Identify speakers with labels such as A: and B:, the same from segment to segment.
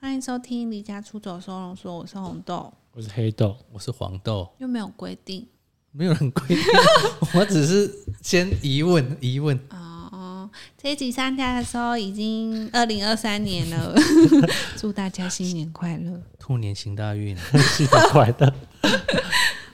A: 欢迎收听《离家出走收容所》，我是红豆，
B: 我是黑豆，
C: 我是黄豆，
A: 又没有规定
C: 没有人规定，我只是先疑问疑问。
A: 哦。这一集上架的时候已经二零二三年 了，祝大家新年快乐！
C: 兔年行大运，啊
B: 新年快乐！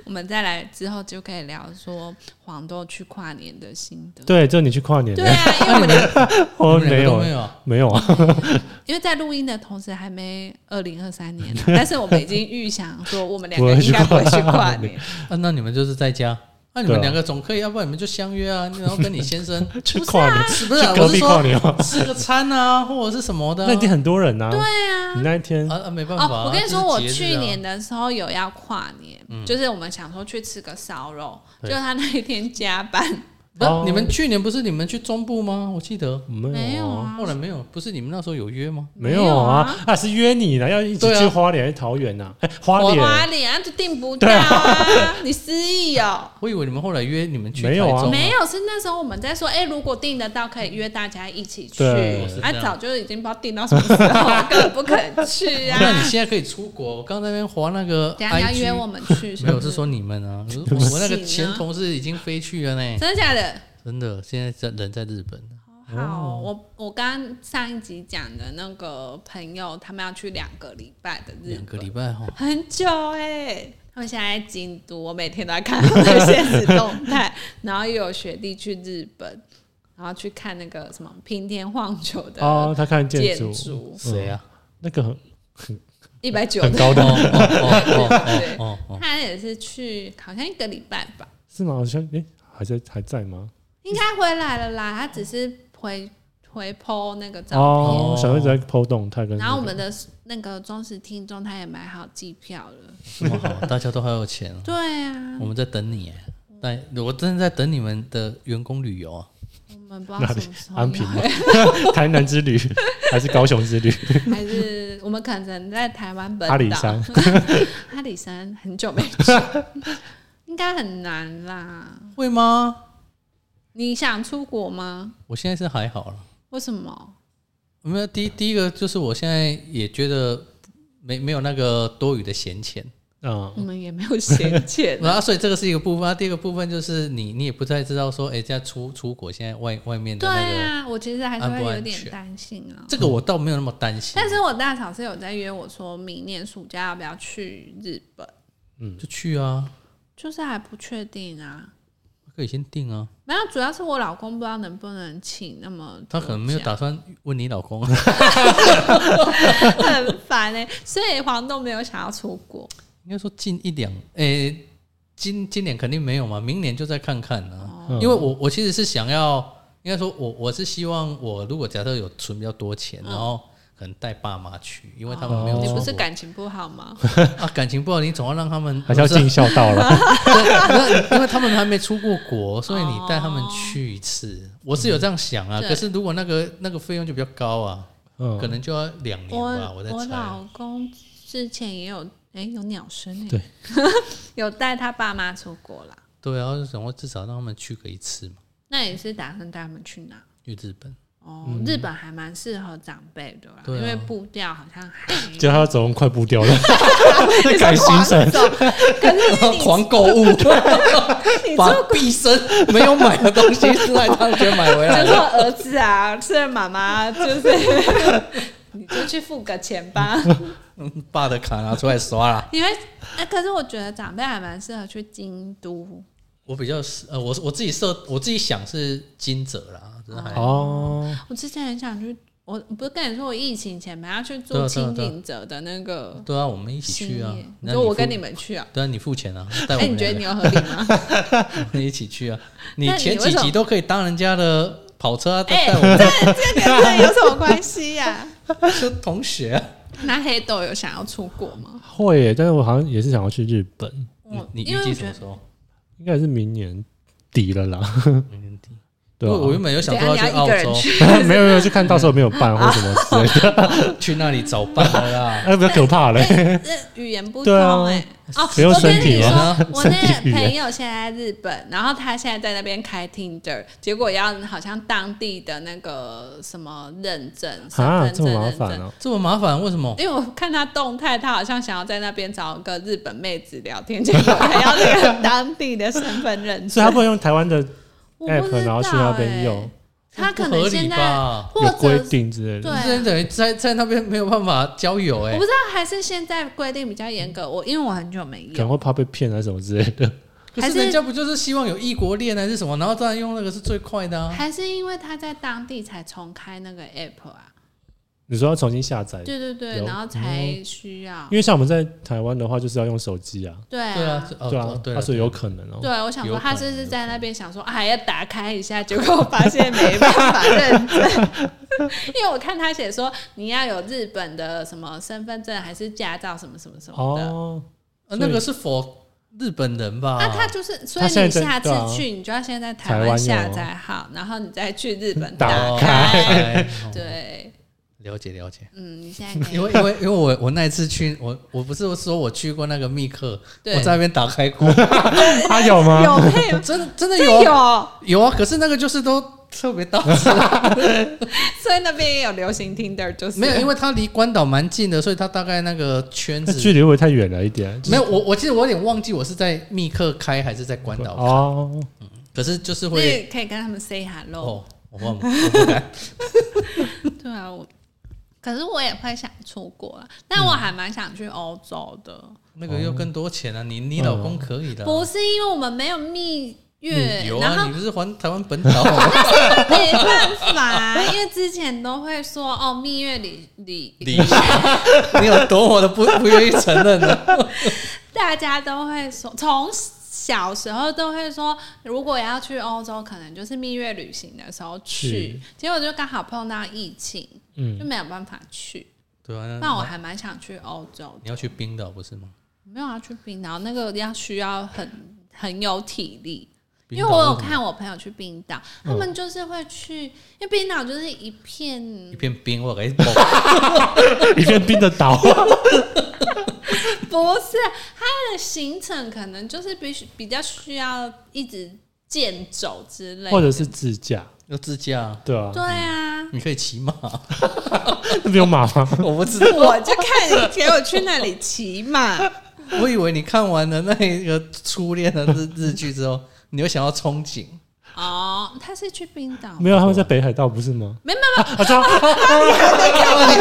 A: 我们再来之后就可以聊说黄豆去跨年的心得。
B: 对，就你去跨 年
A: 对
B: 了，
A: 啊，因为我们俩
B: 我哦
C: 你们
B: 没
C: 两个
B: 有
C: 都没，有，
B: 没有啊，
A: 因为在录音的同时还没二零二三年啊，但是我们已经预想说我们两个
B: 不会去
A: 应该不会去
B: 跨
A: 跨年，
C: 啊，那你们就是在家，那、你
B: 对啊
C: 们两个总可以，要不然你们就相约啊，然后跟你 先生
B: 去跨年，
C: 是不是、啊？
B: 去
C: 我
B: 隔
C: 是
B: 壁跨
C: 说
B: 年吗？
C: 吃个餐啊，或者是什么的啊、
B: 那一定很多人呐。对啊，你那一天
C: 啊啊，没办法、啊
A: 哦，我跟你说，
C: 这
A: 我
C: 是节日
A: 去
C: 啊嗯
A: 年的时候有要跨年，就是我们想说去吃个烧肉，就
C: 对
A: 他那一天加班，
C: 不是、
B: 哦
C: 你们去年不是你们去中部吗？我记得
B: 没
A: 没有
B: 有啊，
A: 啊
C: 后来没有，不是你们那时候有约吗？
B: 没有啊，啊是约你的，要一起
C: 对啊
B: 去花莲还是桃园呐？哎，花
A: 我花
B: 莲
A: 脸啊就订不到啊， 你失忆哦。
C: 我以为你们后来约你们去
B: 没有啊
C: 台中
A: 没有，是那时候我们在说，哎、如果订得到，可以约大家一起去
B: 对
C: 是。这
A: 啊，
C: 样
A: 早就已经不知道订到什么时候，根本不肯去啊。
C: 那你现在可以出国。我刚在那边划那个
A: 等一下你要
C: IG，
A: 约我们去是不
C: 没有是说你们啊，我
A: 行啊
C: 我那个前同事已经飞去了呢，
A: 真的假的？
C: 真的，现在在人在日本。啊
A: 好，我我刚刚上一集讲的那个朋友，他们要去两个礼拜的日
C: 两个
A: 本，
C: 礼拜哈，
A: 很久哎、他们现在在京都，我每天都在看他们的现实动态，然后又有学弟去日本，然后去看那个什么平田晃久的
B: 哦，他看
A: 建
B: 建筑，
A: 筑，
C: 谁啊？
B: 那个很
A: 一百九
B: 很
A: 的，
B: 高
C: 哦
B: 的
C: 哦哦哦哦，
A: 他也是去好像一个礼拜吧，
B: 是吗？好像哎还在还在吗？
A: 应该回来了啦，他只是回回 PO 那个照片。
B: 哦，小妹子在抛动态跟那个，
A: 然后我们的那个忠实听众他也买好机票了，
C: 这么好，大家都好有钱哦，
A: 对啊，
C: 我们在等你哎，但我真的在等你们的员工旅游啊，
A: 我们不知道什么时候
B: 安平吗
A: 要
B: 台南之旅还是高雄之旅，
A: 还是我们可能在台湾本岛
B: 阿里山，
A: 阿里山很久没去， 应该很难啦。
C: 会吗？
A: 你想出国吗？
C: 我现在是还好了，
A: 为什么？
C: 没有第一第一个就是我现在也觉得没没有那个多余的闲钱。，
B: 嗯
A: 我，们也没有闲钱
C: 然后，所以这个是一个部分。啊、第二个部分就是你，你也不太知道说，哎、现在出出国，现在外外面的
A: 对
C: 那个，
A: 啊，我其实还是
C: 安不
A: 会有
C: 安
A: 点
C: 全
A: 担心啊。
C: 这个我倒没有那么担心。
A: 但是我大嫂是有在约我说，明年暑假要不要去日本，
C: 就去啊，
A: 就是还不确定啊。
C: 可以先定啊。
A: 没有，主要是我老公不知道能不能请那么多
C: 他
A: 假，
C: 可能没有打算问你老公，啊
A: 很烦哎、所以黄豆没有想要出国。
C: 应该说近一两，哎、今今年肯定没有嘛，明年就再看看
A: 哦
C: 啊。
B: 嗯
C: 因为我我其实是想要，应该说我我是希望我如果假设有存比较多钱，然后可能带爸妈去，因为他们没有
B: 哦
A: 嗯
C: 出
A: 你
C: 国、
A: 不是感情不好吗？
C: 啊感情不好，你总要让他们
B: 还是要
C: 不啊
B: 尽孝道了。
C: 那因为他们还没出过国，所以你带他们去一次，我是有这样想啊。
A: 哦对
C: 可是如果那个那个费用就比较高啊，
B: 嗯，
C: 可能就要两年吧，我在
A: 我
C: 猜。
A: 老公之前也有，哎、有鸟声哎、
B: 对，
A: 有带他爸妈出国啦。
C: 对啊，然后至少让他们去个一次嘛，
A: 那你是打算带他们去哪？
C: 去日 本。
A: 哦，日本还蛮适合长辈的啦，
C: 嗯对啊
A: 因为步调好像还
B: 就他要走快步掉了，
A: 你说
B: 改行程
A: 狂走可是你 啊
C: 狂购 物，
A: 你出
C: 把
A: 国
C: 毕生没有买的东西出来，他全买回 来
A: 就
C: 了。
A: 说儿子啊，虽然妈 妈就是你就去付个钱 吧。
C: 嗯爸的卡拿出来刷啦。
A: 因为哎、可是我觉得长辈还蛮适合去京都，
C: 我比较是呃，我我自己设，我自己想是金泽啦，真的还
B: 哦，
A: 我之前很想去，我不是跟你说我疫情前本来要去
C: 对
A: 做
C: 啊对啊
A: 清
C: 对啊
A: 景泽的那个
C: 对啊，我们一起
A: 新
C: 去啊
A: 业，。你
C: 那
A: 说我
C: 付
A: 跟你，们去啊？
C: 对啊，你付 钱啊，带我
A: 哎，
C: 们
A: 你觉
C: 两
A: 得
C: 个
A: 你有合理吗？
C: 一起去啊！你
A: 那你
C: 前几
A: 为什么
C: 集都可以当人家的跑车啊，带
A: 哎，
C: 带
A: 这
C: 我们
A: 这跟这有什么关系呀？
C: 就同学啊。
A: 那黑豆有想要出国吗？
B: 会耶，但是我好像也是想要去日本，
C: 你
A: 我
C: 你
A: 因
C: 预
A: 为
C: 计
A: 我
C: 什
A: 觉
C: 么
A: 得
C: 时候？
B: 应该也是明年底了啦。
C: 明年底。
B: 对吧、
C: 我我原本有想
A: 对
C: 说
A: 啊
C: 去
A: 你要
C: 澳
A: 一个人
C: 洲，
A: 去
B: 没有没有，就看到时候有没有 办或什么之类的，
C: 去那里找伴了啦。
B: 那比较可怕嘞。
A: 哎这语言不
B: 对啊
A: 通哎、哦，
B: 谁用
A: 我跟
B: 身体
A: 你
C: 吗
A: 说， 我那
B: 身
A: 个
B: 体语言
A: 朋友现在在日本，然后他现在在那边开 Tinder，结果要好像当地的那个什么认证，身
B: 啊，
A: 份
B: 这
A: 证
B: 么麻
A: 认证
B: 烦。哦、
C: 这么麻烦，为什么？
A: 因为我看他动态，他好像想要在那边找个日本妹子聊天，结果还要那个当地的身份认
B: 所以他哎
A: 证。
B: 不能用台湾的
A: 我不
B: app，
A: 知
B: 然后去那
A: 道
B: 边
A: 欸
B: 用，
A: 他可
C: 不
A: 能
C: 合理
A: 现在
C: 吧？
A: 或
B: 有规
A: 者是
B: 定之类的。
A: 对啊
C: 这等于在在那边没有办法交友哎、
A: 我不知道还是现在规定比较严格，我因为我很久没
B: 可能
A: 用，
B: 会怕被骗啊什么之类的。
C: 可
A: 还
C: 是
A: 是
C: 人家不就是希望有异国恋还是什么？然后当然用那个是最快的啊。
A: 还是因为他在当地才重开那个 app 啊？
B: 你说要重新下载，
A: 对对对，
B: 有嗯
A: 然后才需要
B: 因。为像我们在台湾的话，就是要用手机啊，
A: 对
C: 对啊，
A: 啊
C: 这，哦
B: 对
C: 哦
B: 啊，
C: 对
B: 它
C: 了，
B: 是有可能哦、
A: 对，啊我想
C: 有
A: 说
C: 可能
A: 他是不是在那边想说，哎，要打开一下，结果我发现没办 法认证，因为我看他写说你要有日本的什么身份证还是驾照什么什么什么的。
B: 哦，
C: 呃那个是否日本人吧？
A: 啊，他就是，所以
B: 他现在
A: 你
B: 在
A: 下次
B: 对啊
A: 去，你就要先在
B: 台
A: 台
B: 湾
A: 湾下
B: 有
A: 载好，然后你再去日本
B: 打
A: 打开。
C: 开，哦
A: 对，
C: 了解了解。
A: 嗯，你现在可以
C: 因为因为因为我我那一次去我我不是说我去过那个密克，
A: 对
C: 我在那边打 开过，？
B: 他啊 有吗？
A: 有配吗
C: 真的真的
A: 真
C: 有
A: 有
C: 啊，有啊，可是那个就是都特别大只，
A: 所以那边也有流行 Tinder，就是
C: 没有，因为它离关岛蛮近的，所以它大概那个圈
B: 那
C: 子
B: 距离会不会太远了一点？
C: 没有，我我记得我有点忘记我是在密克开还是在关岛，
B: 哦，
C: 可是就是
A: 所
C: 会
A: 以可以跟他们 say hello。
C: 哦，我忘了， 我不敢。
A: 对啊，我可是我也会想出国啊，但我还蛮想去欧洲的，
C: 那个又更多钱了、啊你你老公可以的、
A: 不是因为我们没有蜜月，
C: 嗯有
A: 哦然
C: 啊，
A: 后
C: 你不是还台湾 本岛
A: 没办法，因为之前都会说哦，蜜月里里
C: 理由？ 你有多么的不不愿意承认呢？
A: 大家都会说，从小时候都会说，如果要去欧洲，可能就是蜜月旅行的时候去
B: 是。
A: 结果就刚好碰到疫情，就
B: 嗯，
A: 没有办法去。
C: 对啊，
A: 那我还蛮想去欧洲
C: 你要去冰岛不是吗？
A: 没有要去冰岛，那个要需要很很有体力。
C: 冰
A: 因为
C: 岛
A: 我有
C: 什么
A: 看我朋友去冰岛，他们就是会去，因为冰岛就是一片，
C: 一片冰，我给你猛
B: 一片冰的岛，
A: 不是它的行程可能就是必须比较需要一直健走之类的，
B: 或者是自驾，
C: 要自驾，
B: 对啊，
A: 对 啊，
C: 你可以骑马，
B: 那边有马吗？
C: 我不知道，
A: 我就看你给我去那里骑嘛，
C: 我以为你看完了那个初恋的日日剧之后，你又想要憧憬，
A: 哦，他是去冰岛，
B: 没有，他们在北海道不是吗？
A: 没没没，
B: 啊，这样
C: 哎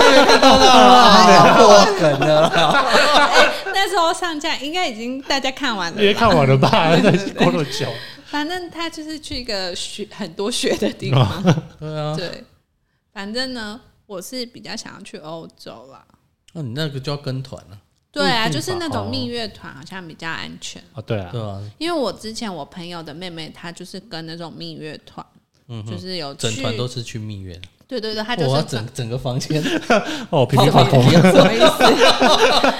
C: 啊破梗的
A: 啊
C: 啦，
A: 那时候上架应该已经大家看完
B: 也
A: 了吧，
B: 看完了吧？ 过了久，
A: 反正他就是去一个雪很多雪的地方，
C: 对啊，
A: 对，反正呢，我是比较想要去欧洲啦。
C: 那你那个就要跟团了，
A: 对啊，
B: 不一定吧
A: 就是那种
B: 哦
A: 蜜月团好像比较安全，
B: 啊，对啊
C: 对，啊，
A: 因为我之前我朋友的妹妹她就是跟那种蜜月团，
C: 嗯哼
A: 就是有
C: 整
A: 去
C: 团都是去蜜月的，
A: 对对对，她就是
C: 我要
A: 整
C: 整整个 房间
B: 哦，平平
C: 泡
B: 凡
C: 泡
B: 凡，
C: 一样
A: 什么意思？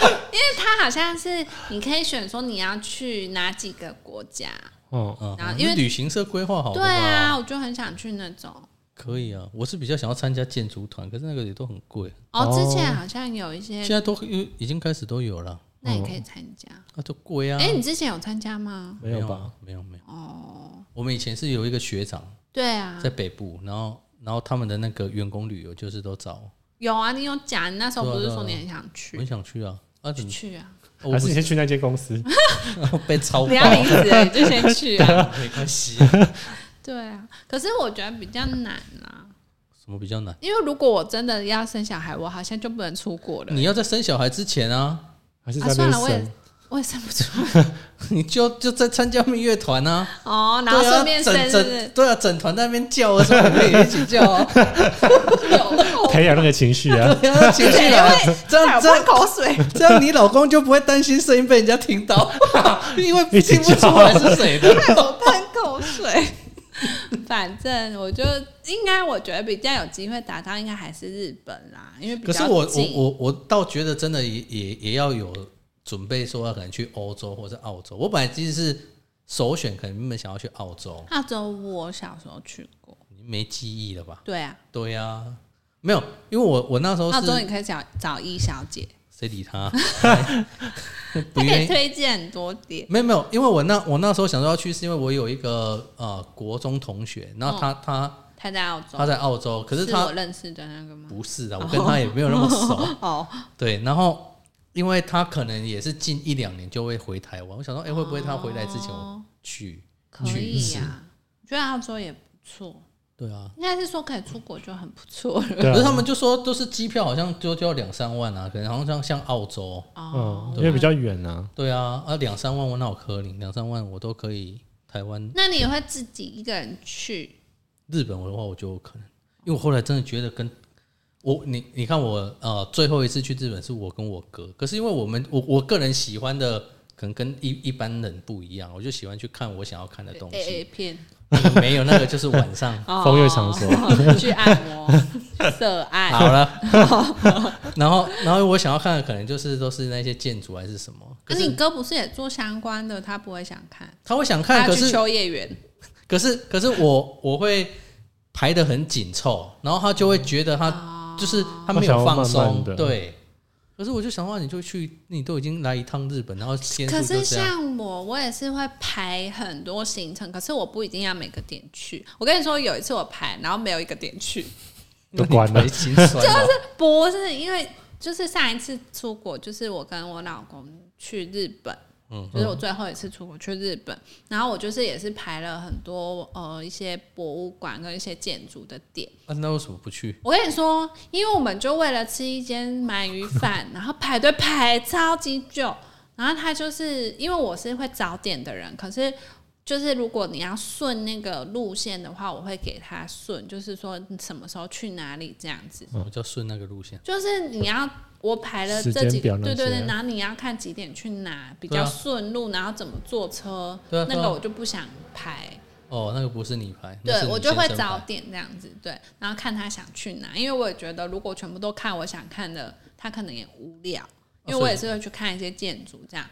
A: 因为它好像是你可以选说你要去哪几个国家。
B: 哦，
C: 嗯
A: 然后因为
C: 是旅行社规划哦好的
A: 对
C: 吧？
A: 啊，我就很想去那种。
C: 可以啊，我是比较想要参加建筑团，可是那个也都很贵，
A: 哦，
B: 哦
A: 之前好像有一些
C: 现，在都有已经开始都有了，
A: 那你可以参加。
C: 那就贵啊。
A: 哎，你之前有参加吗？
B: 没有吧？
C: 啊？没有没有。哦，我们以前是有一个学长
A: 对啊
C: 在，北部，然后然后他们的那个员工旅游就是都找，
A: 有啊，你有讲，你那时候不是说
C: 对啊对啊
A: 你很想
C: 我
A: 去
C: 很想去啊，啊怎
A: 就
C: 么
A: 去啊？
C: 哦我
B: 还是
C: 不
B: 你
C: 是
B: 先去那间公司，
C: 被超
A: 你要
C: 爆？
A: 离职了，你就先去啊。
C: 没关 系，
A: 对啊，可是我觉得比较难啊，
C: 什么比较难？
A: 因为如果我真的要生小孩，我好像就不能出国了。
C: 你要在生小孩之前啊，
B: 还是
A: 啊，
B: 在那
A: 算
B: 边
A: 了，我也
B: 省？
A: 我也生不出来
C: 你就就在参加蜜月团啊，
A: 哦，然后
C: 对啊
A: 顺便生
C: 整整
A: 日
C: 对啊，整团在那边叫，我说可以一起叫 啊，
A: 有空
B: 培养那个情绪啊，
C: 对啊，情绪来，这样这样
A: 口水。
C: 这样你老公就不会担心声音被人家听到， 因为听不出来是谁的。
A: 我喷口水。反正我就应该，我觉得比较有机会达到，应该还是日本啦，因为比
C: 可是
A: 较
C: 我我
A: 近
C: 我我倒觉得真的也也也要有准备，说要可能去欧洲或者澳洲。我本来其实是首选可能原本想要去澳洲，
A: 澳洲我小时候去过，
C: 你没记忆了吧？
A: 对啊，
C: 对呀、啊，没有，因为我我那时候
A: 澳洲你
C: 是
A: 可以找找易小姐，
C: 谁 理他，不
A: 她可
C: 愿
A: 以
C: 意。
A: 推荐很多点。
C: 没有没有，因为我那我那时候想说要去，是因为我有一个呃国中同学，然后他、他
A: 她在澳洲，
C: 他在澳洲，可是
A: 哦是
C: 他
A: 我哦认识的那个吗？
C: 不是啊，我跟他也没有那么熟，
A: 哦，
C: 对，然后因为他可能也是近一两年就会回台湾，我想说，哎、会不会他回来之前
A: 哦
C: 我去？
A: 可以呀、我觉得澳洲也不错，
C: 对啊，
A: 应该是说可以出国就很不错了。
B: 对
C: 可是他
B: 啊，
C: 们就说都是机票好像就就要两三万啊，可能好像像像澳洲，
A: 哦
B: 嗯，，因为比较远啊，
C: 对啊，啊两三万我脑壳里两三万我都可以台湾
A: 那你也会自己一个人去？
C: 日本的话，我就可能，因为我后来真的觉得跟我你你看我呃最后一次去日本是我跟我哥，可是因为我们我我个人喜欢的可能跟一一般人不一样，我就喜欢去看我想要看的东
A: A A
C: 西，
A: 片，
C: 没有那个就是晚上
A: 哦
B: 风月场所
A: 去按摩、去色爱，啊
C: 好了，然后然后我想要看的可能就是都是那些建筑还是什么，可
A: 可
C: 是
A: 你哥不是也做相关的，他不会想看，
C: 他会想看，
A: 他
C: 可
A: 去
C: 是
A: 秋叶原。
C: 可是可是我我会排得很紧凑，然后他就会觉得他就是他没有
B: 他想要
C: 放
B: 慢
C: 松
B: 慢，地
C: 对。可是我就想的话，你就去，你都已经来一趟日本，然后天
A: 可
C: 数
A: 是
C: 就这样，
A: 像我，我也是会排很多行程，可是我不一定要每个点去。我跟你说，有一次我排，然后没有一个点去，
C: 那你
B: 都关了
C: 排心酸啊
A: 不是因为就是上一次出国，就是我跟我老公去日本，
C: 嗯
A: 就是我最后一次出国去日本，然后我就是也是排了很多呃一些博物馆跟一些建筑的点。
C: 啊那为什么不去？
A: 我跟你说，因为我们就为了吃一间鳗鱼饭，然后排队排超级久。然后他就是因为我是会早点的人，可是就是如果你要顺那个路线的话，我会给他顺，就是说你什么时候去哪里这样子。
C: 我就顺那个路线。
A: 就是你要我排了
B: 时
A: 这几
B: 间表
A: 个，
B: 那
A: 对对
B: 些
C: 啊
A: 对，然后你要看几点去哪比
C: 对
A: 较
C: 啊
A: 顺路，然后怎么坐车，
C: 对啊
A: 那
C: 对
A: 个
C: 啊
A: 我就不想排，
C: 哦，那个不是你排，那
A: 对
C: 是你
A: 我就会
C: 先生
A: 早
C: 排。
A: 点这样子，对，然后看他想去哪，因为我也觉得如果全部都看我想看的，他可能也无聊。因为我
C: 哦所以
A: 也是
C: 嗯
A: 会去看一些建筑这样，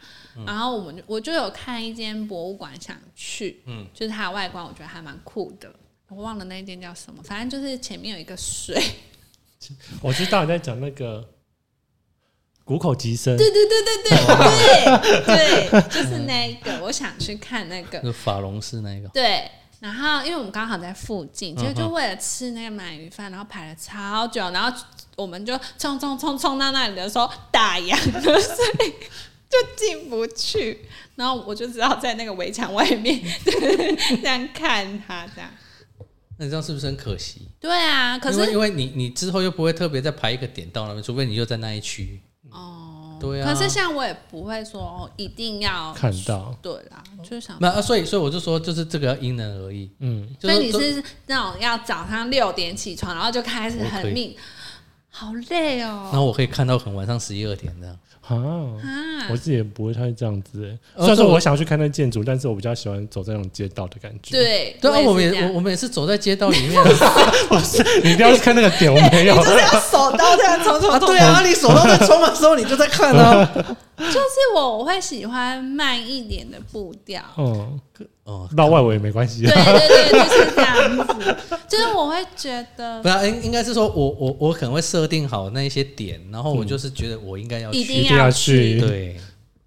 A: 然后我们就我就有看一间博物馆想去，嗯，就是它的外观我觉得还蛮酷的，我忘了那一间叫什么，反正就是前面有一个水，
B: 我知道你在讲那个谷口吉生，
A: 对对对对对对对，就是那一个，我想去看那个。
C: 那法隆寺那个，
A: 对，然后因为我们刚好在附近，
C: 嗯哼
A: 就就为了吃那个鳗鱼饭，然后排了超久，然后我们就冲冲冲冲到那里的时候打烊了，所以就进不去。然后我就只好在那个围墙外面这样看他这样。
C: 那你这样是不是很可惜？
A: 对啊，可
C: 因为
A: 是
C: 因为你你之后又不会特别再排一个点到那边，除非你又在那一区。
A: 哦，
C: 对啊
A: 可是像我也不会说哦一定要
B: 看到，
A: 对啦，就是想
C: 那、啊、所以所以我就说，就是这个要因人而异。
B: 嗯，
C: 就
A: 所以你
C: 都
A: 是那种要早上六点起床，然后就开始很密，好累
C: 然
A: 哦。
C: 后我可以看到很晚上十一二点这样。
B: 啊。
A: 啊
B: 我，自己也不会太这样子、欸，
C: 呃
B: 虽然
C: 这
B: 说
C: 我
B: 我想要去看那建筑，但是我比较喜欢走这种街道的感觉。
A: 对，
C: 对啊，我
A: 我
C: 们
A: 也是这
C: 也
A: 样
C: 我我们也是走在街道里 面啊，
B: 你一定要去看那个点，我没有。
A: 就是要啊手刀这样冲冲
C: 啊
A: 冲。
C: 对啊，你手上在冲的时候，你就在看啊。
A: 就是我，我会喜欢慢一点的步调。
B: 嗯，
C: 哦，
B: 绕外围也没关系
A: 对
B: 啊。
A: 对对，就是这样子。就是我会觉 得
C: 不啊是，应应该是说我我我可能会设定好那一些点，然后我就是觉得我应该要
A: 一
C: 去。
B: 一
A: 要
B: 定要去
C: 对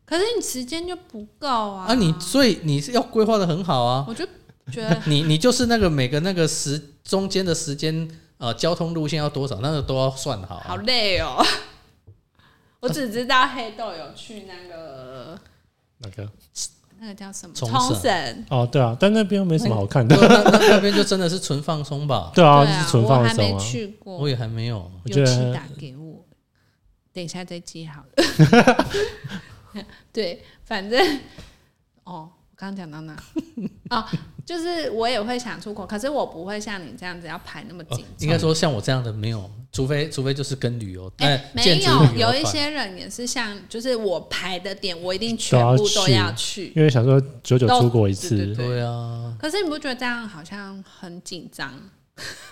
A: 可是你时间就不够啊。
C: 啊，你所以你是要规划的很好啊，
A: 我就觉得
C: 你你就是那个每个那个时中间的时间呃交通路线要多少，那个都要算好、
A: 好
C: 啊。
A: 累哦。我只知道黑豆有去那个
B: 哪个？
A: 那个叫什么
C: 冲
A: 冲
C: 绳
A: 绳。
B: 哦，对啊，但那边又没什么好看
C: 对
B: 的。
C: 啊那那那边就真的是纯放松吧，
B: 对啊，
A: 对
B: 就是纯
A: 我
B: 放
A: 还没
B: 松啊。
A: 去
C: 我
A: 过，
C: 也还没有。
B: 我
A: 有
B: 觉
A: 气
B: 得
A: 打给我，等一下再接好了。 对，反正哦，我刚刚讲到哪？ 哦，就是我也会想出国，可是我不会像你这样子要排那么
C: 呃
A: 紧凑。
C: 应该说像我这样的没有，除非除非就是跟旅游，
A: 哎、
C: 哎，
A: 没
C: 建筑
A: 有，
C: 旅游
A: 有一
C: 团
A: 些人也是像，就是我排的点，我一定全部都要去。
C: 嗯
B: 因为想说久久
A: 都
B: 出国一
A: 哦对对
B: 次，
C: 对啊，
A: 可是你不觉得这样好像很紧张？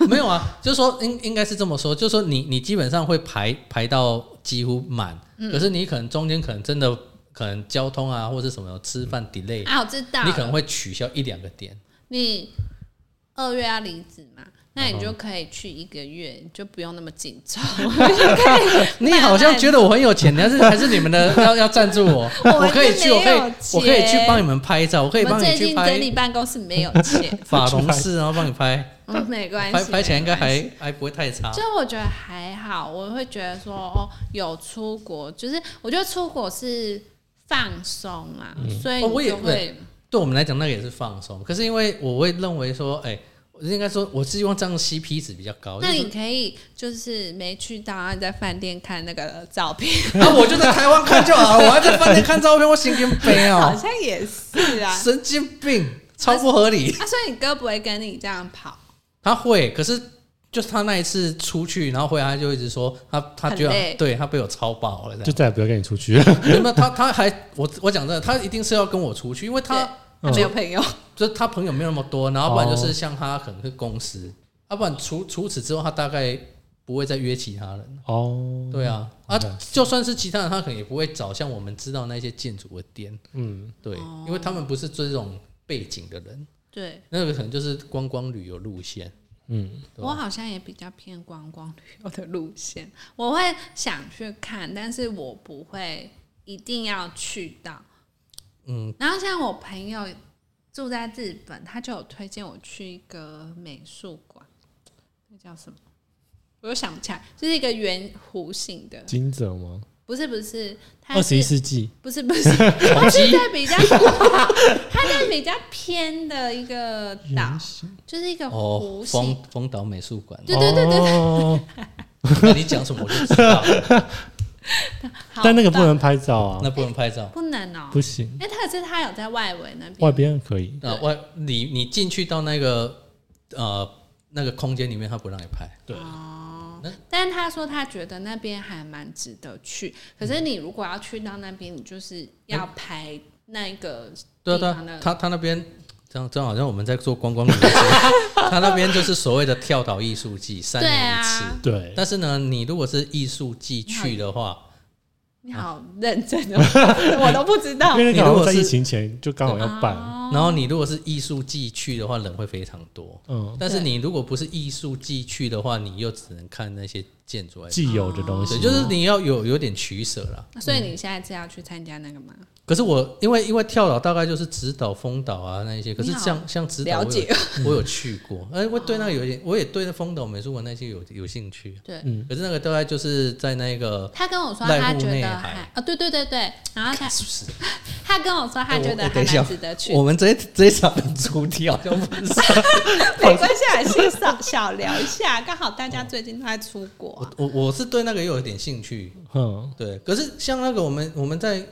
C: 没有啊，就是说应应该是这么说，就是说
A: 嗯
C: 你你基本上会排排到几乎满，可是你可能中间可能真的可能交通啊或者什么吃饭 delay，、
A: 啊，我知道
C: 你可能
A: 了，
C: 会取消一两个点。
A: 你二月要离职嘛，那
C: 嗯
A: 你就可以去一个月，你就不用那么紧张。
C: 你好像觉得我很有钱，但是还是你 们的要要赞助我，
A: 我
C: 我可以去，
A: 就
C: 我可
A: 没
C: 以
A: 有
C: 我可以去
A: 钱
C: 帮你们拍照，我可以
A: 我们
C: 帮你
A: 最
C: 去
A: 近整
C: 拍，
A: 理办公室没有钱
C: 法同事，然后帮你拍，
A: 嗯，没关
C: 拍
A: 系，
C: 拍起来应该
A: 没关系
C: 还还不会太差。
A: 就我觉得还好，我会觉得说哦，有出国，就是我觉得出国是放松嘛，所以
C: 哦我
A: 你
C: 也
A: 就会
C: 对我们来讲，那个也是放松。可是因为我会认为说，哎、我应该说，我是希望这样 CP 值比较高。
A: 那
C: 就是
A: 你可以就是没去到，然后你在饭店看那个照片，
C: 啊，我就在台湾看就好了，我还在饭店看照片，我神经病
A: 好
C: 啊，
A: 像也是啊。
C: 神经病，超不合理。
A: 啊，所以你哥不会跟你这样跑，
C: 他会，可是就是他那一次出去，然后回来他就一直说他他
A: 很
C: 觉得
A: 累
C: 对他被我超爆了这
B: 就
C: 样。
B: 再也不要跟你出去了。
C: 没有他他还我我讲真的，他一定是要跟我出去，因为他嗯
A: 他啊没有朋友，
C: 就是他朋友没有那么多，然后不然就是
B: 哦
C: 像他可能是公司，要、不然除除此之后，他大概不会再约其他人。
B: 哦，
C: 对啊，啊
B: 明白，
C: 就算是其他人，他可能也不会找像我们知道那些建筑的店，
B: 嗯，
C: 对，因为他们不是这种背景的人，
A: 对
C: 那个可能就是观光旅游路线。
B: 啊
C: 对
A: 我好像也比较偏观光旅游的路线，我会想去看，但是我不会一定要去到。
C: 嗯，
A: 然后像我朋友住在日本，他就有推荐我去一个美术馆，那叫什么？我又想不起来，就是一个圆弧形的，
B: 金泽吗？
A: 不是不是，它
B: 二十一
A: 是
B: 世纪
A: 不是不 是，它是在比较， 它在比较偏的一个岛，
B: 嗯
A: 就是一个
C: 哦
A: 弧，形，
C: 丰丰岛美术馆，
A: 对对对对，
B: 哦，
C: 那你讲什么我就知道，
A: 好
B: 但那个不
A: 棒
B: 能拍照啊，
C: 那不能拍照。
A: 不能哦、
B: 不行，
A: 因为特是它有在外围那
B: 外
A: 边，
B: 边可以。
C: 那外啊你你进去到那个呃那个空间里面，他不让你拍。
A: 但他说他觉得那边还蛮值得去。可
C: 嗯
A: 是你如果要去到那边，你就是要排那个
C: 对啊
A: 地
C: 对
A: 方
C: 啊
A: 的，
C: 他他那边。这样，这样好像我们在做观光旅游，他那边就是所谓的跳岛艺术季，三
A: 对
C: 年一次。
A: 啊，
B: 对，
C: 但是呢，你如果是艺术季去的话，
A: 你好认真 哦，我都不知道
B: 因。为那个
C: 你
B: 好像
C: 如果
B: 在
C: 是
B: 疫情前就刚好要办，
A: 哦
C: 然后你如果是艺术季去的话，人会非常多。
B: 嗯，
C: 但是你如果不是艺术季去的话，你又只能看那些建筑而已。
B: 既有的东
C: 对，
B: 西，
C: 就是你要有有点取舍啦。
A: 所以你下一次要去参加那个吗？
C: 可是我因为因为跳岛大概就是直岛、风岛啊那一些，可是
A: 你好
C: 像像直
A: 了
C: 岛我有
A: 解，
C: 我有去过，哎，我对那个有一点，我也对那风岛美术馆那些有有兴趣。啊
A: 对。
B: 嗯
C: 可是那个大概就是在那个
A: 他跟我说，
C: 濑户
A: 他觉
C: 内
A: 得
C: 海
A: 还啊、对对对对，然后他
C: 是不是？
A: 他跟我说，他觉得
C: 我
A: 还
C: 等一下
A: 蛮值得去的
C: 我们这一这一场 出掉，要不是
A: 没关系，还是小小聊一下。刚好大家最近都在出国、啊
C: 我， 我我是对那个有一点兴趣，
B: 嗯，
C: 对。可是像那个我们我们在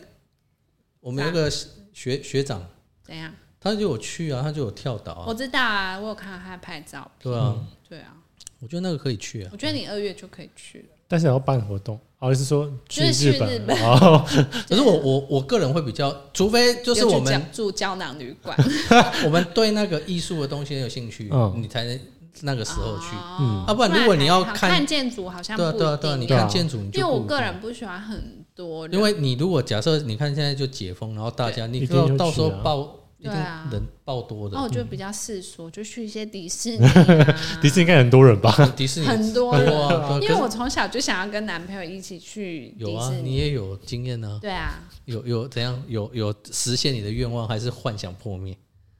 C: 我们那个学学长，
A: 怎样？
C: 他就有去啊，他就有跳岛
A: 我
C: 啊，
A: 知道啊，我有看到他拍照。
C: 对啊，
A: 对啊，
C: 我觉得那个可以去啊。
A: 我觉得你二月就可以去了。
B: 但是也要办活动，哦，你是说去
A: 就是去
B: 日
A: 日
B: 本
A: 本
B: 哦，
C: 可是我我我个人会比较，除非就是
A: 又去
C: 我们
A: 讲住胶囊旅馆
C: 我们对那个艺术的东西很有兴趣，
B: 嗯
C: 你才能那个时候去。
A: 嗯
C: 啊不然如果你要
A: 看
C: 看
A: 看建筑，好哦像不
C: 对啊对啊对啊，
A: 一
C: 你
A: 定
B: 对啊
C: 看建筑你就
A: 因为
C: 不
A: 我
C: 一
A: 个
C: 定
A: 人不喜欢很多人，
C: 因为你如果假设你看现在就解封，然后大家你
B: 一定
C: 到
B: 就去
C: 到时候
B: 啊、
C: 爆一定
A: 对啊
C: 人爆多的嗯
A: 那，我就比较世俗，就去一些迪士尼、 啊
B: 迪士尼应该很多人吧？
C: 迪士尼
A: 很多
C: 多
A: 人
C: 啊，
A: 因为
C: 对可是
A: 我从小就想要跟男朋友一起去
C: 有
A: 迪
C: 啊
A: 士，
C: 你
A: 尼。
C: 也有经验啊，
A: 对啊，
C: 有有怎样有有实现你的愿望，还是幻想破灭？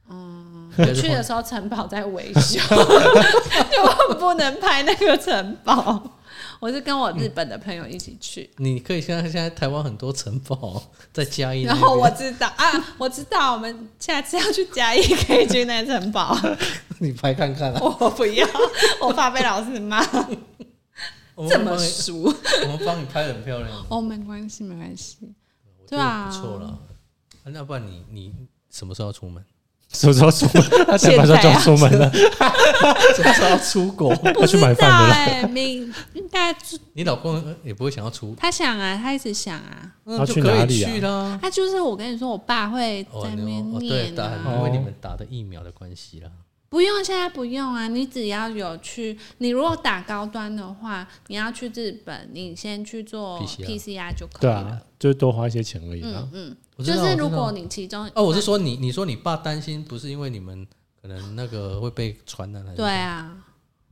A: 嗯，
C: 应该
A: 我
C: 是
A: 去的
C: 幻
A: 时候城堡在维 修， 就我不能拍那个城堡。我是跟我日本的朋友一起去，
C: 你可以现在现在台湾很多城堡在嘉义那
A: 然
C: 边，
A: 后我知道啊，我知道我们下次要去嘉义可以去那城 堡，
C: 你拍看看啊，
A: 我不要，我怕被老师骂，
C: 我们
A: 这么
C: 帮你
A: 熟
C: 我们帮你拍的很漂亮，
A: 哦，没关系，没关系，
C: 我觉
A: 对
C: 得
A: 啊
C: 不错了。啊那不然你你什么时候要出门？
B: 什么时候出门？他前半说就要出门了，
C: 什么时候要出国？
B: 要去买
A: 知道
B: 饭的了。
A: 哎，明应该
C: 你老公也不会想要出，
A: 他想啊，他一直想啊，
C: 那
B: 要
C: 就
B: 去
C: 可
B: 哪
C: 以
B: 里啊
C: 去啦。
A: 他就是我跟你说，我爸会
C: 哦
A: 在那
C: 你
A: 边
C: 哦，对，
A: 念
C: 打
A: 啊，
C: 因为你们打的疫苗的关系啦，
A: 不用，现在不用啊！你只要有去，你如果打高端的话，你要去日本，你先去做
C: PCR
A: PCR 就可以
B: 对
A: 了
B: 啊。，就是多花一些钱而已啦。
C: 我知
A: 就
C: 道
A: 是
C: 我知
A: 如
C: 道
A: 果你其中
C: 哦，我是说你，你说你爸担心不是因为你们可能那个会被传染还是
A: 对啊，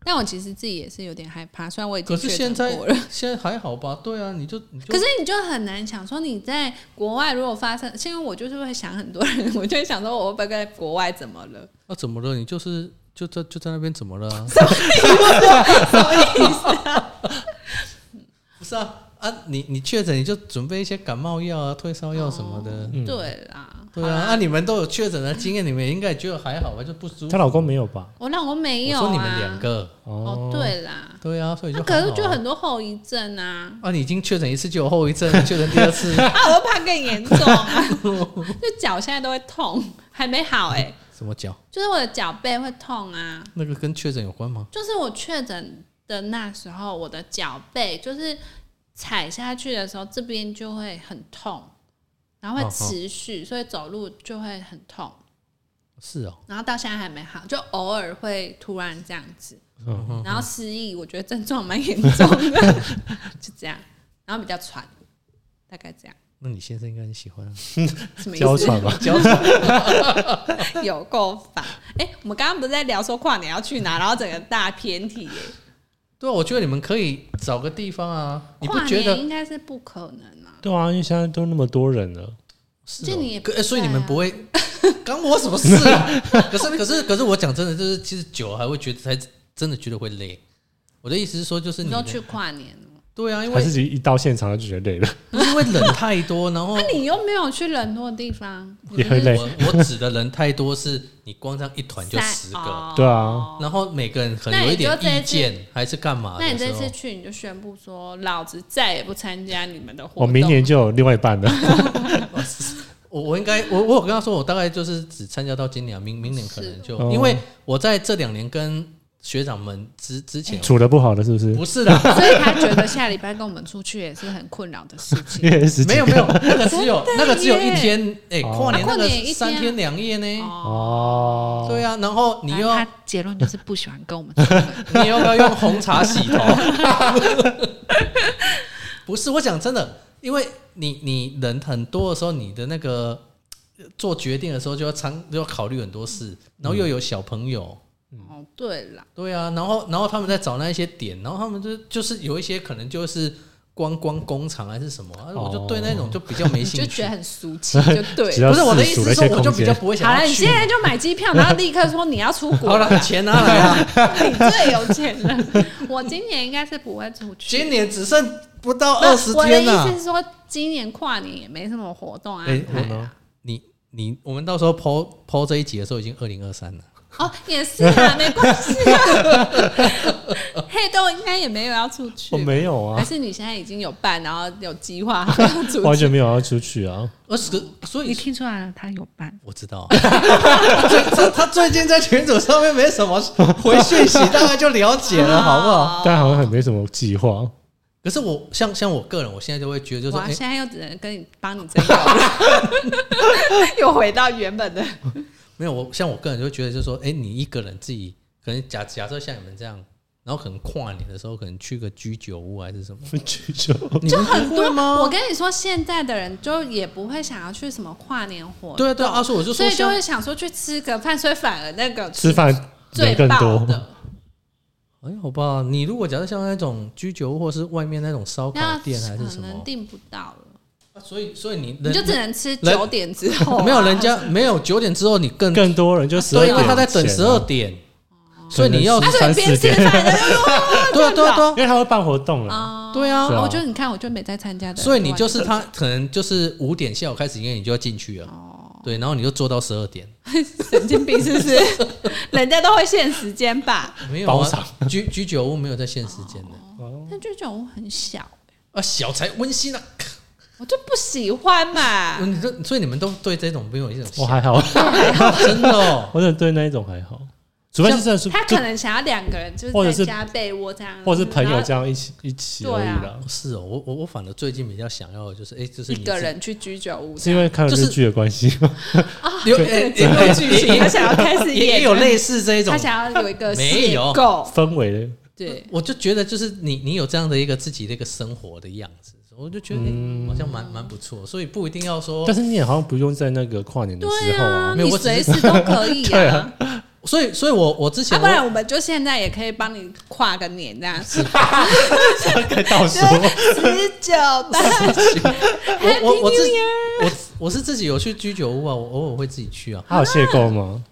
A: 但我其实自己也是有点害怕，虽然我已经
C: 可是
A: 确
C: 现
A: 诊
C: 在
A: 过了，
C: 现在还好吧？对啊，你就你就
A: 可是你就很难想说你在国外如果发生，因为我就是会想很多人， 我就会想说我会不会在国外怎么 了？
C: 那、啊怎么了？你就是就在就在那边怎么 了啊、不是啊啊！你你确诊你就准备一些感冒药啊、退烧药什么的。
A: 对啦，
C: 嗯对
A: 好
C: 啊，
A: 啦
C: 那、你们都有确诊的经验，你们也应该觉得还好吧？就不舒服。
B: 她老公没有吧？
A: 我老公没有
C: 我
A: 啊，
C: 说你们两个，
A: 哦，对啦，
C: 对啊，所以就
A: 那
C: 还好
A: 可
C: 啊、
A: 是就很多后遗症啊，
C: 啊，你已经确诊一次就有后遗症，确诊第二 次
A: 啊，我又怕更严重 啊，就脚现在都会痛，还没好哎、
C: 什么脚？
A: 就是我的脚背会痛啊，
C: 那个跟确诊有关吗？
A: 就是我确诊的那时候，我的脚背就是踩下去的时候，这边就会很痛，然后会
C: 哦哦
A: 持续，所以走路就会很痛。
C: 是哦，
A: 然后到现在还没好，就偶尔会突然这样子，
C: 嗯
A: 然后失忆，我觉得症状蛮严重的，就这样，然后比较喘，大概这样，
C: 那你先生应该很喜欢、啊。
A: 什么意
B: 娇
A: 思？
B: 喘吧，
A: 有够烦！哎、我们刚刚不是在聊说跨年要去哪，然后整个大偏题耶、
C: 对啊，我觉得你们可以找个地方啊，你不
A: 跨
C: 觉
A: 年
C: 得？
A: 应该是不可能啊，
B: 对啊，因为现在都那么多人了，
C: 是
A: 就
C: 哦
A: 你也不
C: 可呃所以
A: 在
C: 你们
A: 啊
C: 不会 干我什么事啊？可是可是可是我讲真的，就是其实久了还会觉得才真的觉得会累。我的意思是说，就是
A: 你
C: 你
A: 都
C: 的
A: 去跨年哦了。
C: 对啊，因
B: 还
C: 为
B: 是自己一到现场就觉得累了，
C: 不是因为人太多，然 后
A: 那你又没有去人多的地方，
B: 也会累。
C: 我我指的人太多是你光这样一团就
A: 塞
C: 十个，
A: 哦
B: 对啊
C: 然后每个人可能
A: 那
C: 有
A: 你
C: 一点
A: 就这一
C: 意
A: 次
C: 见还是干嘛
A: 那你
C: 的
A: 这
C: 啊时
A: 次
C: 候，
A: 去你就宣布说，老子再也不参加你们的活动。
B: 我哦明年就有另外一半了，
C: 我我应该我我有跟他说，我大概就是只参加到今年，啊明明年可能就是
B: 哦
C: 因为我在这两年跟学长们之之前
A: 哎
B: 处的不好了是不是？
C: 不是的，
A: 所以他觉得下礼拜跟我们出去也是很困扰的事情。
B: 因为时
C: 没
B: 间
C: 有没有，那个只有那个只有一
A: 耶
C: 天，哎，
B: 哦
C: 跨年
A: 啊
C: 那
A: 跨
C: 个
A: 年一天啊
C: 三天两夜呢，
A: 哦，
B: 哦，
C: 对啊，然后 你
A: 反
C: 又
A: 正他结论就是不喜欢跟我们 出门。
C: 你要不要用红茶洗头？ 不是，我讲真的，因为你你人很多的时候，你的那个呃做决定的时候就要常就要考虑很多事，然后又有小朋友，
A: 哦，对了，
C: 对啊，然后然后他们在找那一些点，然后他们就就是有一些可能就是观光工厂还是什么，啊我就对那种就比较没
A: 你就
C: 兴
A: 觉
C: 趣
A: 得。很俗气，就对
B: 只
A: 了。
B: 要
C: 不是我的意
B: 世俗
C: 思是
B: 一
C: 说，
B: 些
C: 我就
B: 空
C: 比较
B: 间，
C: 不会想
A: 好了，
C: 要
A: 你
C: 去
A: 现。在就买机票，然后立刻说你要出国
C: 好 了，钱拿来啊！
A: 你最有钱了。我今年应该是不会出去。
C: 今年只剩不到
A: 那
C: 二十
A: 我的
C: 天了、啊
A: 意思是说，今年跨年也没什么活动啊。
C: 哎、我呢？你你我们到时候抛抛这一集的时候已经二零二三了，
A: 哦，也是啊，没关系啊。黑豆应该也没有要出去，
B: 我
C: 哦
B: 没有
A: 还
B: 啊，
A: 是你现在已经有办，然后有计划好要出
B: 完
A: 去？
B: 全没有要出去啊。
C: 二十个，所
A: 你
C: 以
A: 听出来了，他有办。
C: 我知道， 这这他最近在群组上面没什么回讯息，大概就了解了，好不
A: 啊哦
C: 好？
B: 但好像很没什么计划，
C: 可是我像像我个人，我现在就会觉得就是，
A: 哇，
C: 哎、
A: 现在又只能跟你帮你征友 了，又回到原本的。
C: 没有我像我个人就会觉得就是说，哎、你一个人自己可能假假设像你们这样，然后可能跨年的时候可能去个居酒屋还是什么，
B: 去就
C: 你们不会
A: 我
C: 吗？
A: 跟你说，现在的人就也不会想要去什么跨年活动，
C: 对啊对啊，阿叔我就
A: 所
C: 说
A: 以就
C: 像
A: 会想说去吃个饭，所以反而那个
B: 吃饭
A: 最
B: 人更
A: 爆
B: 多，
A: 的。
C: 哎，好吧，你如果假设像那种居酒屋或是外面那种烧烤
A: 那
C: 店还是
A: 可
C: 什
A: 能
C: 么，
A: 订不到了，
C: 啊所以所以你
A: 你
C: 人
A: 就只能吃
C: 人
A: 九点之后啊、
C: 没有人家没有九点之后你更
B: 更多人就十二
C: 对，
B: 点
C: 因为
B: 前啊，
C: 他在等十二点，所以你要
B: 可能
A: 哦啊所
B: 是
A: 以
B: 三
A: 边
B: 四
A: 吃
B: 点，
A: 饭的就
C: 对啊对啊对啊
B: 因为他会办活动了，
A: 啊，
C: 对
B: 是
C: 啊，
B: 啊
A: 哦我觉得你看，我就没在参加的，
C: 所以 你就是他可能就是五点下午开始营业，你就要进去
A: 哦
C: 了，对，然后你就做到十二点，
A: 神经病是不是？ 人家都会限时间吧？
C: 没有
B: 包
C: 啊，居居酒屋没有在限时间的
A: 但这种我很小，
C: 啊，小才温馨啊，
A: 我就不喜欢嘛。
C: 你这所以你们都对这种没有一种
B: 我还好，
C: 真的哦，
B: 我只对那一种还好，除非是真的是
A: 他
B: 就
A: 可能想要两个人，就
B: 或者
A: 在
B: 是
A: 家被窝这样，
B: 或者是朋友
A: 然后
B: 这样一起一起而已
A: 啊
B: 啦，
C: 是哦，我我我反而最近比较想要的就是，哎、就是你
A: 一个
C: 自
A: 人去居酒屋这
B: 是因
A: 样，
B: 为看了日剧的关系 吗？
C: 己有哎
A: 这个剧情他想要开始
C: 也
A: 演啊
C: 也有类似这一种
A: 他，想要有一个
C: 没有
A: 够
B: 氛围的，
A: 对。
C: 我就觉得就是你你有这样的一个自己的一个生活的样子，我就觉得、哎好像蛮蛮不错，所以不一定要说
B: 但，是你也好像不用在那个跨年的时
A: 对
B: 候
A: 啊，
B: 啊，
C: 没有
A: 你
C: 我只
A: 随
C: 是
A: 时都可以
B: 对
A: 啊
B: 啊，
C: 所以所以我我之
A: 要
C: 前
A: 不
C: 我、
A: 然我们就现在也可以帮你跨个年这样，
B: 啊该倒数
A: 啊十九 吧
C: 我我我
A: Happy
C: 自
A: New
C: 己我我是自己有去居酒屋啊，我偶尔会自己去啊，
B: 还有邂逅 吗？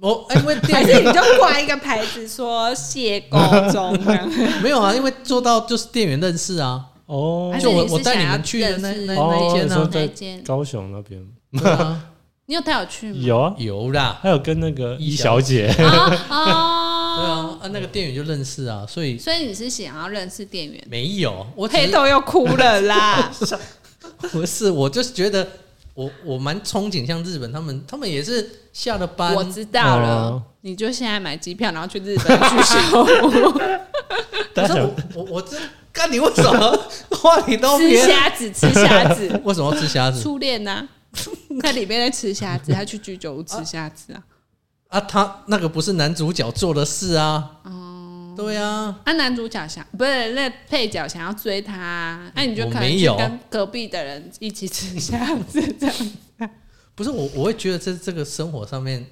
C: 我哎、因为
A: 还是
C: 店
A: 你
C: 员
A: 就挂一个牌子说谢购中这样，
C: 没有啊，因为做到就是店员认识啊，
B: 哦
A: 还是
C: 就我
A: 你是
C: 我带你
A: 想要
C: 们去的那
A: 认识
C: 那那一
B: 哦，
C: 间
B: 你
C: 呢、
B: 说
C: 啊
A: 那一
B: 在
A: 间
B: 高雄那边
C: 对啊，
A: 你有带我去吗？
B: 有啊，
C: 有啦，
B: 还有跟那个
C: 易
B: 易小 姐，
A: 哦，
C: 对啊，啊那个店员就认识啊，所以
A: 所以你是想要认识店员？
C: 没有，我只
A: 黑
C: 是
A: 豆又哭了啦！
C: 不是，我就是觉得我我蛮憧憬像日本他们，他们也是下了班
A: 我知道了
B: 哦，
A: 你就现在买机票，然后去日本去 修
C: 可是我我我这干你为什 么话题都
A: 吃
C: 偏？
A: 虾子，吃虾子，
C: 为什么要吃虾子
A: 初恋 呐、在里面在吃虾子，他去居酒屋吃虾子啊。
C: 啊？他那个不是男主角做的事啊？对啊，
A: 啊，男主角想不是那配角想要追他、那、你就可
C: 我
A: 能
C: 没
A: 去
C: 有
A: 跟隔壁的人一起 吃虾子这样。
C: 不是我，我会觉得这这个生活上面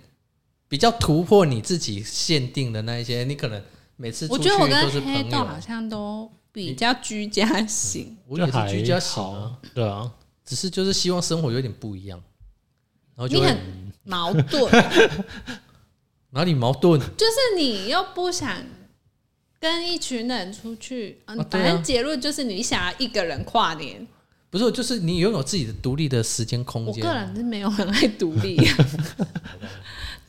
C: 比较突破你自己限定的那一些，你可能每次出
A: 我
C: 去
A: 觉得我
C: 都
A: 跟
C: 是
A: 黑
C: 朋
A: 豆
C: 友
A: 好，像都比较居家型，
C: 我也是居
B: 就
C: 家
B: 还
C: 型啊，
B: 好，对啊，
C: 只是就是希望生活有点不一样，然后就
A: 你
C: 会
A: 很矛 盾。
C: 哪里矛盾？
A: 就是你又不想跟一群人出去，嗯、
C: 啊对
A: 反
C: 啊
A: 正结论就是你想要一个人跨年。
C: 不是，就是你拥有自己的独立的时间空
A: 我
C: 间。啊
A: 个人是没有很爱独立，对
C: 啊，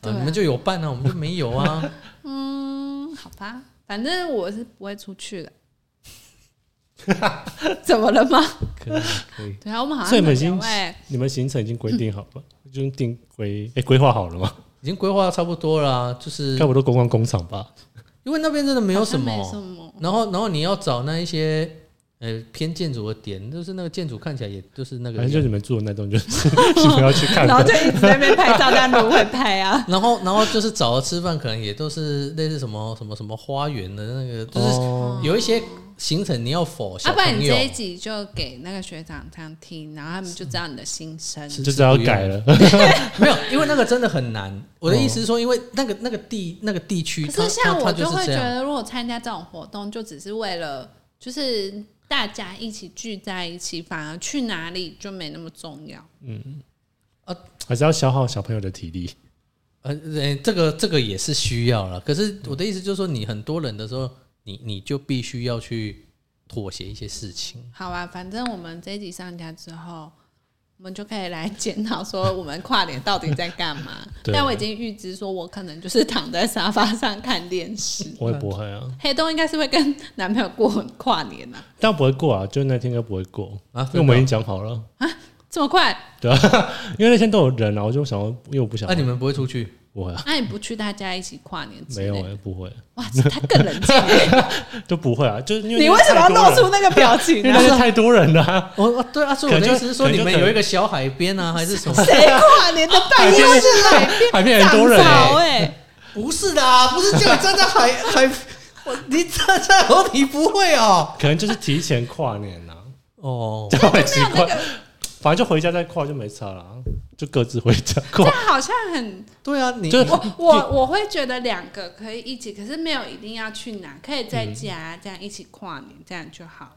A: 啊
C: 你们就有伴啊，我们就没有 啊。
A: 嗯，好吧，反正我是不会出去 的。怎么了吗？
C: 可以可以，
A: 对 啊，我们好
B: 所以
A: 像
B: 你们已
A: 有
B: 经
A: 哎，
B: 你们行程已经规定好 了，已经定规哎规划好了吗？
C: 已经规划差不多了啊、就是
B: 该不都观光工厂吧？
C: 因为那边真的没有
A: 好
C: 什
A: 像
C: 么。
A: 没什 么。
C: 然后，然后你要找那一些呃偏建筑的点，就是那个建筑看起来也就是那个
B: 反正。就你们住的那栋，就是 你们要去看
A: 然后
B: 的。
A: 就一直在那边拍照，但不会拍啊。
C: 然后，然后就是找了吃饭，可能也都是类似什么什么什么花园的那个，就是
B: 哦，
C: 有一些行程你要否
A: 要、
C: 小
A: 啊不然
C: 朋
A: 你
C: 友
A: 这一集就给那个学长这样听，然后他们就知道你的心声。
C: 是
B: 就知道要改了。
C: 没有，因为那个真的很难。我的意思是说，因为那个那个地那个地区，
A: 可
C: 它
A: 是像
C: 它
A: 我
C: 它
A: 就是会觉
C: 这样。
A: 得，如果参加这种活动，就只是为了就是大家一起聚在一起，反而去哪里就没那么重要。
B: 还是要消耗小朋友的体力。。
C: 呃，呃这个这个也是需要了。可是我的意思就是说，你很多人的时候，你你就必须要去妥协一些事情。
A: 好啊，反正我们这一集上架之后，我们就可以来检讨说我们跨年到底在干嘛
B: 对
A: 但我已经预知说，我可能就是躺在沙发上看电视。
B: 我也不会啊，
A: 黑洞应该是会跟男朋友过跨年呐、啊，
B: 但不会过啊，就那天应该不会过
C: 啊
B: 因为我们已经讲好了，
A: 这么快？
B: 因为那天都有人啊，我就想要，因为我不想
C: 那、，你们不会出去？
B: 我啊，
A: 那、你不去大家一起跨年之
B: 没
A: 类的？
B: 有哎，不会，
A: 哇，他更冷静、
B: 就不会啊，就是因为
A: 你为什么要露
B: 弄
A: 出？那个表情啊
B: 因
A: 呢、
B: 为那天太多人了 啊，
C: 哦，哦对啊，所以我的
B: 可能就
C: 意思是说，
B: 可能
C: 你
B: 就
C: 们
B: 可能
C: 有一个小海边啊，还是什么？
A: 谁跨年的半夜是来
B: 海边很多人
A: 涨潮
B: 欸
A: 哎？
C: 不是的啊，不是叫你站在海海，我你站在河堤不会哦。
B: 可能就是提前跨年 啊，
C: 哦，
B: 这样很奇怪。反正就回家再跨就没差了啊，就各自回家跨。
A: 但好像很，
C: 对啊，你
B: 就是
A: 我我我会觉得两个可以一起，可是没有一定要去哪，可以在家这样一起跨年，这样就好了。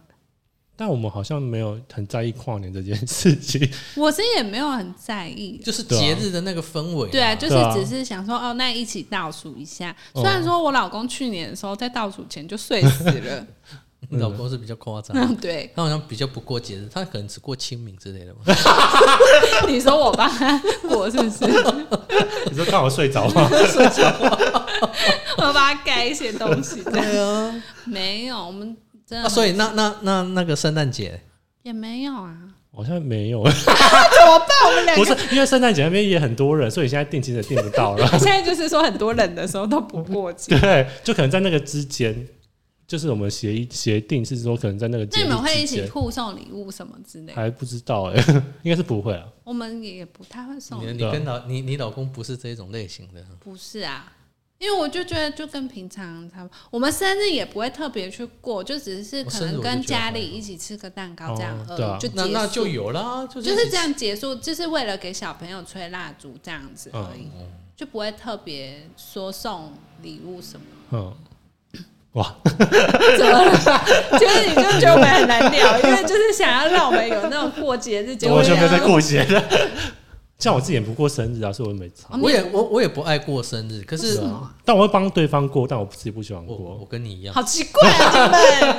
B: 但我们好像没有很在意跨年这件事情，
A: 我是也没有很在意，
C: 就是节日的那个氛围、
A: 对啊，啊就是
B: 对啊
A: 只是想说哦，那一起倒数一下。
B: 哦
A: 虽然说我老公去年的时候在倒数前就睡死了，
C: 你老公是比较夸张，
A: 嗯， 对，
C: 他好像比较不过节日，他可能只过清明之类的吧。
A: 你说我帮他过是不 是？
B: 你说刚好睡着吗？
A: 我帮他盖一些东西，这样
C: 对啊，
A: 没有，我们真的
C: 啊所以那那那那个圣诞节，
A: 也没有啊。
B: 好像没有，
A: 怎么办？我们两
B: 不
A: 个
B: 是因为圣诞节那边也很多人，所以现在订其实订不到 了。
A: 现在就是说很多人的时候都不过节。
B: 对，就可能在那个之间，就是我们协议协定是说，可能在那个
A: 那
B: 节
A: 你们
B: 日
A: 会一
B: 之
A: 起
B: 间
A: 互送礼物什么之类的？
B: 还不知道哎、 应该是不会啊。
A: 我们也不太会送
C: 你
A: 礼，
C: 你
B: 对啊
C: 跟老你你老公不是这种类型的，
A: 不是啊？因为我就觉得就跟平常差不多，我们生日也不会特别去过，就只是可能跟家里一起吃个蛋糕这样
B: 哦
A: 而已，
B: 对啊
A: 就
C: 那
A: 结
C: 那
A: 束
C: 就有啦，就是
A: 就是这样结束，就是为了给小朋友吹蜡烛这样
B: 嗯
A: 子而已，就不会特别说送礼物什么。
B: 嗯，哇，
A: 怎么了？就是你就觉得我们很难聊，因为就是想要让我们有那种过节日，结果啊
B: 我就没有在
A: 聊
B: 过节了。 像我自己也不过生日啊，所以我也没差。
C: 我也我我也不爱过生日，可是
A: 为什么
B: 但我会帮对方过，但我自己不喜欢
C: 我
B: 过
C: 我，跟你一样，
A: 好奇怪啊，你们。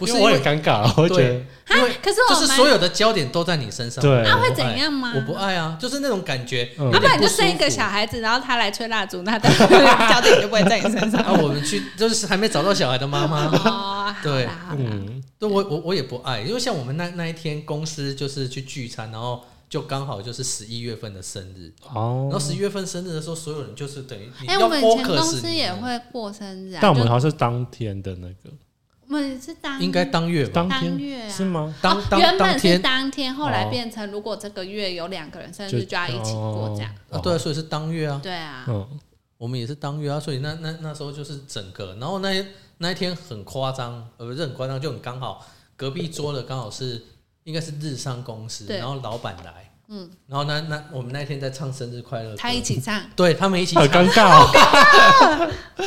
C: 不是
B: 因
C: 因
B: 为我也
C: 为
B: 尴尬，我会觉得
C: 因为
A: 可是我
C: 就是
A: 蛮
C: 所有的焦点都在你身上，
B: 对
A: 他
C: 我
A: 会
C: 不爱啊
A: 怎样吗？
C: 我不爱啊，就是那种感觉，
B: 嗯
A: 要不然你就
C: 生
A: 生一个小孩子，然后他来吹蜡烛，那他 焦点就不会在你身上。
C: 啊，我们去就是还没找到小孩的 妈妈，
A: 哦，
C: 对
A: 好啦好啦
B: 嗯，
C: 对我我我也不爱，因为像我们那那一天公司就是去聚餐，然后就刚好就是十一月份的生日，然后
B: 哦。
C: 十一月份生日的时候，所有人就是等于你
A: 哎、
C: 要
A: 我们以前公
C: focus，
A: 司
C: 你
A: 也会过生日啊，
B: 但我们
A: 就
B: 好像是当天的那个，
A: 我们是当
C: 应该当月吧，
B: 当
A: 当
B: 天
A: 月啊
B: 是吗？
C: 当
A: 哦
C: 当
A: 原
C: 当
A: 本是
C: 天
A: 当天，后来
B: 哦
A: 变成如果这个月有两个人生日，就要一起过这样。
C: 啊，对啊，，所以是当月啊，
A: 对啊，
B: 哦嗯，
C: 我们也是当月啊，所以那那那时候就是整个，然后那一那一天很夸张，呃，不是很夸张，就很刚好隔壁桌的刚好是应该是日商公司，
A: 对
C: 然后老板来，嗯，然后那那我们那天在唱生日快乐歌，
A: 他一起唱，
C: 对他们一起
B: 好
C: 唱，
B: 尴尬哦。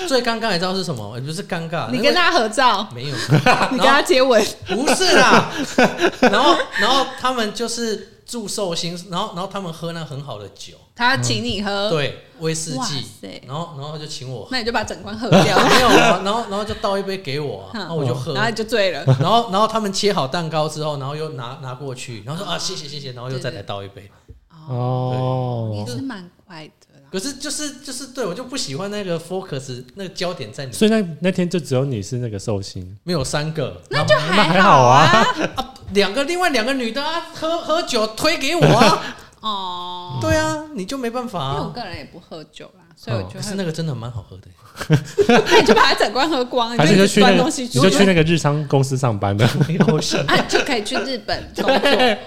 C: 最尴尬你知道是什么？也不是尴尬，
A: 你跟
C: 因
A: 他合照
C: 为，没有，
A: 你跟他接吻，
C: 不是啦， 然后然后他们就是祝寿星，然后然后他们喝那很好的酒，
A: 他请你喝，
C: 对，威士
A: 呃哇
C: 忌，
A: 塞，
C: 然后然后他就请我喝，
A: 那你就把整罐喝 掉，
C: 没有啊，然后然后就倒一杯给我啊，
A: 嗯
C: 然后我就喝，
A: 然后你就醉了。
C: 然后，然后他们切好蛋糕之后，然后又拿拿过去，然后说啊，谢谢谢谢，然后又再来倒一杯。
A: 也
B: 哦，
A: 是蛮快的啦。
C: 可是就是就是对我就不喜欢那个 focus 那个焦点在你，
B: 所以那那天就只有你是那个寿星，
C: 没有三个，
A: 那就
B: 那还
A: 好
B: 好啊。
C: 啊两个另外两个女的啊，喝喝酒推给我啊，
A: 哦，
C: 对啊，你就没办法
A: 因为我
C: 啊。
A: 个人也不喝酒啦，所以
B: 哦
A: 我就
C: 可是
A: 会，
C: 那个真的蛮好喝的，
A: 那你就把它整罐喝光，
B: 还是
A: 你
B: 你
A: 一
B: 就去
A: 直
B: 那
A: 端
B: 个，
A: 啊东西
B: 你
A: 去，
B: 就去那个日商公司上班的
C: 好想
A: 啊，就可以去日本工作。
B: 对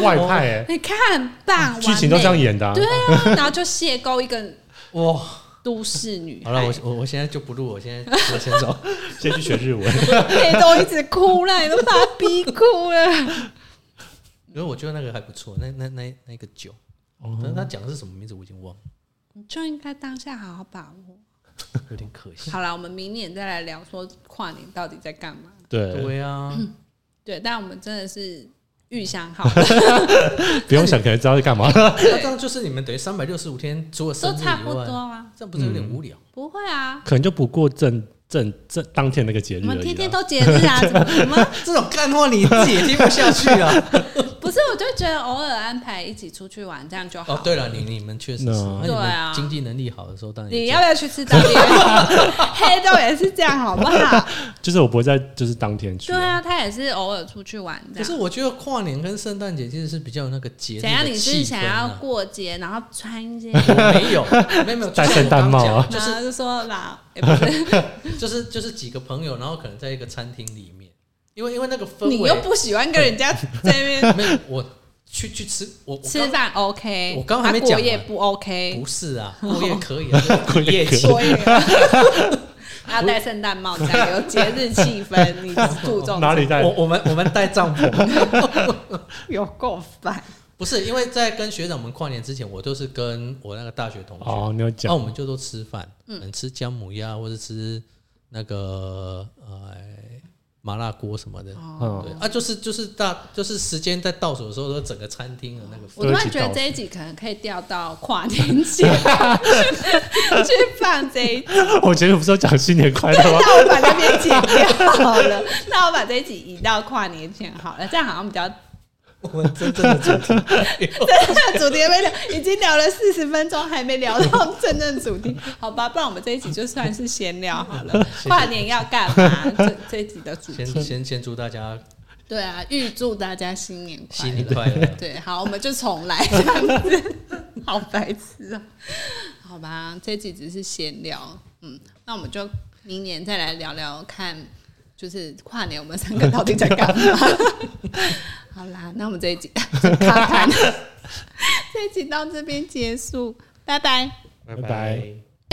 B: 外派欸
A: 你看，很棒，
B: 哎，剧情都这样演的啊
A: 完美。。对啊，然后就邂逅一个
C: 哇！
A: 都市女
C: 好了，
A: 孩
C: 我，我我现在就不录，我现在我先走。
B: 先去学日 文，
A: 你都一直哭了，你都把她逼哭了。
C: 因为我觉得那个还不错，那那那那个酒，但是他讲的是什么名字我已经忘了，
A: 你就应该当下好好把握。
C: 有点可惜。
A: 好啦，我们明年再来聊说跨年到底在干嘛。
B: 对，
C: 对啊，
A: 对，但我们真的是预想好 了，
B: 不用想，可能知道是干嘛。
C: 那这样就是你们等于三百六十五天，除了生
A: 都
C: 日以
A: 差不
C: 外
A: 多，啊，
C: 这样不是有点无聊？
A: 不会啊，
B: 可能就不过正正正当天那个节
A: 我
B: 日而
A: 们天
B: 已啊
A: 天
B: 啦。
A: 都节日啊，怎么怎么？
C: 这种干话你自己也听不下去啊！
A: 不是，我就觉得偶尔安排一起出去玩，这样就好。
C: 哦，对了，你你们确实是，
B: No
C: 那你
A: 对
C: 们
A: 啊
C: 经济能力好的时候，当然也
A: 你
C: 这
A: 要
C: 样
A: 不要去吃 早点？黑豆也是这样，好不
C: 啊
A: 好？
B: 就是我不会在就是当天去
A: 对。啊，他也是偶尔出去玩这
C: 可是
A: 样。
C: 我觉得跨年跟圣诞节其实是比较有那个节日
A: 怎样？
C: 的
A: 你是
C: 气氛
A: 想要
C: 啊。
A: 过节，然后穿一些，
C: 我 没有，没有没有，
B: 戴
C: 就是我
B: 圣诞
C: 刚
B: 帽
C: 讲
B: 啊
C: 就
A: 然
C: 是
A: 后就说 啦，也不是
C: 就是就是几个朋友，然后可能在一个餐厅里面，因为因为那个氛围，
A: 你又不喜欢跟人 家在那边
C: 没有我去去吃我我
A: 吃
C: 刚
A: 饭 OK，
C: 我刚还没
A: 啊过
C: 讲
A: 夜
C: 完
A: 不 OK，
C: 不是 啊，过夜可以啊，就是
B: 过 夜可以
C: 情
A: 所以要戴圣诞帽，这样有节日气氛，你注重
B: 哪里在
C: 我我们我们带帐篷，
A: 有够烦。
C: 不是因为在跟学长们跨年之前，我都是跟我那个大学同学，
B: 哦，你有
C: 那、
B: 讲
C: 我们就都吃饭，嗯，吃姜母鸭或者吃那个呃麻辣锅什么的，
A: 哦
B: 嗯
C: 对啊，就是就是大就是时间在倒数的时候，都整个餐厅的那个
A: 我突然觉得这一集可能可以调到跨年节 去放这一集，
B: 我觉得不是有讲新年快乐吗？
A: 那我把那边剪掉好了，那我把这一集移到跨年前好了，这样好像比较。
C: 我们真正的主题，
A: 真正的主题还没聊，已经聊了四十分钟，还没聊到真正的主题，好吧？不然我们这一集就算是 闲聊好了。跨年要干嘛？这这一集的主题
C: 先先先祝大家
A: 对啊，预祝大家新年快
C: 新
A: 乐
C: 年！快乐，
A: 对，好，我们就重来这样子，好白痴啊！好吧，这集只是闲聊，嗯，那我们就明年再来聊聊看，就是跨年我们三个到底在干嘛？好啦，那我们这一集卡盘，这一集到这边结束，拜拜。
B: 拜拜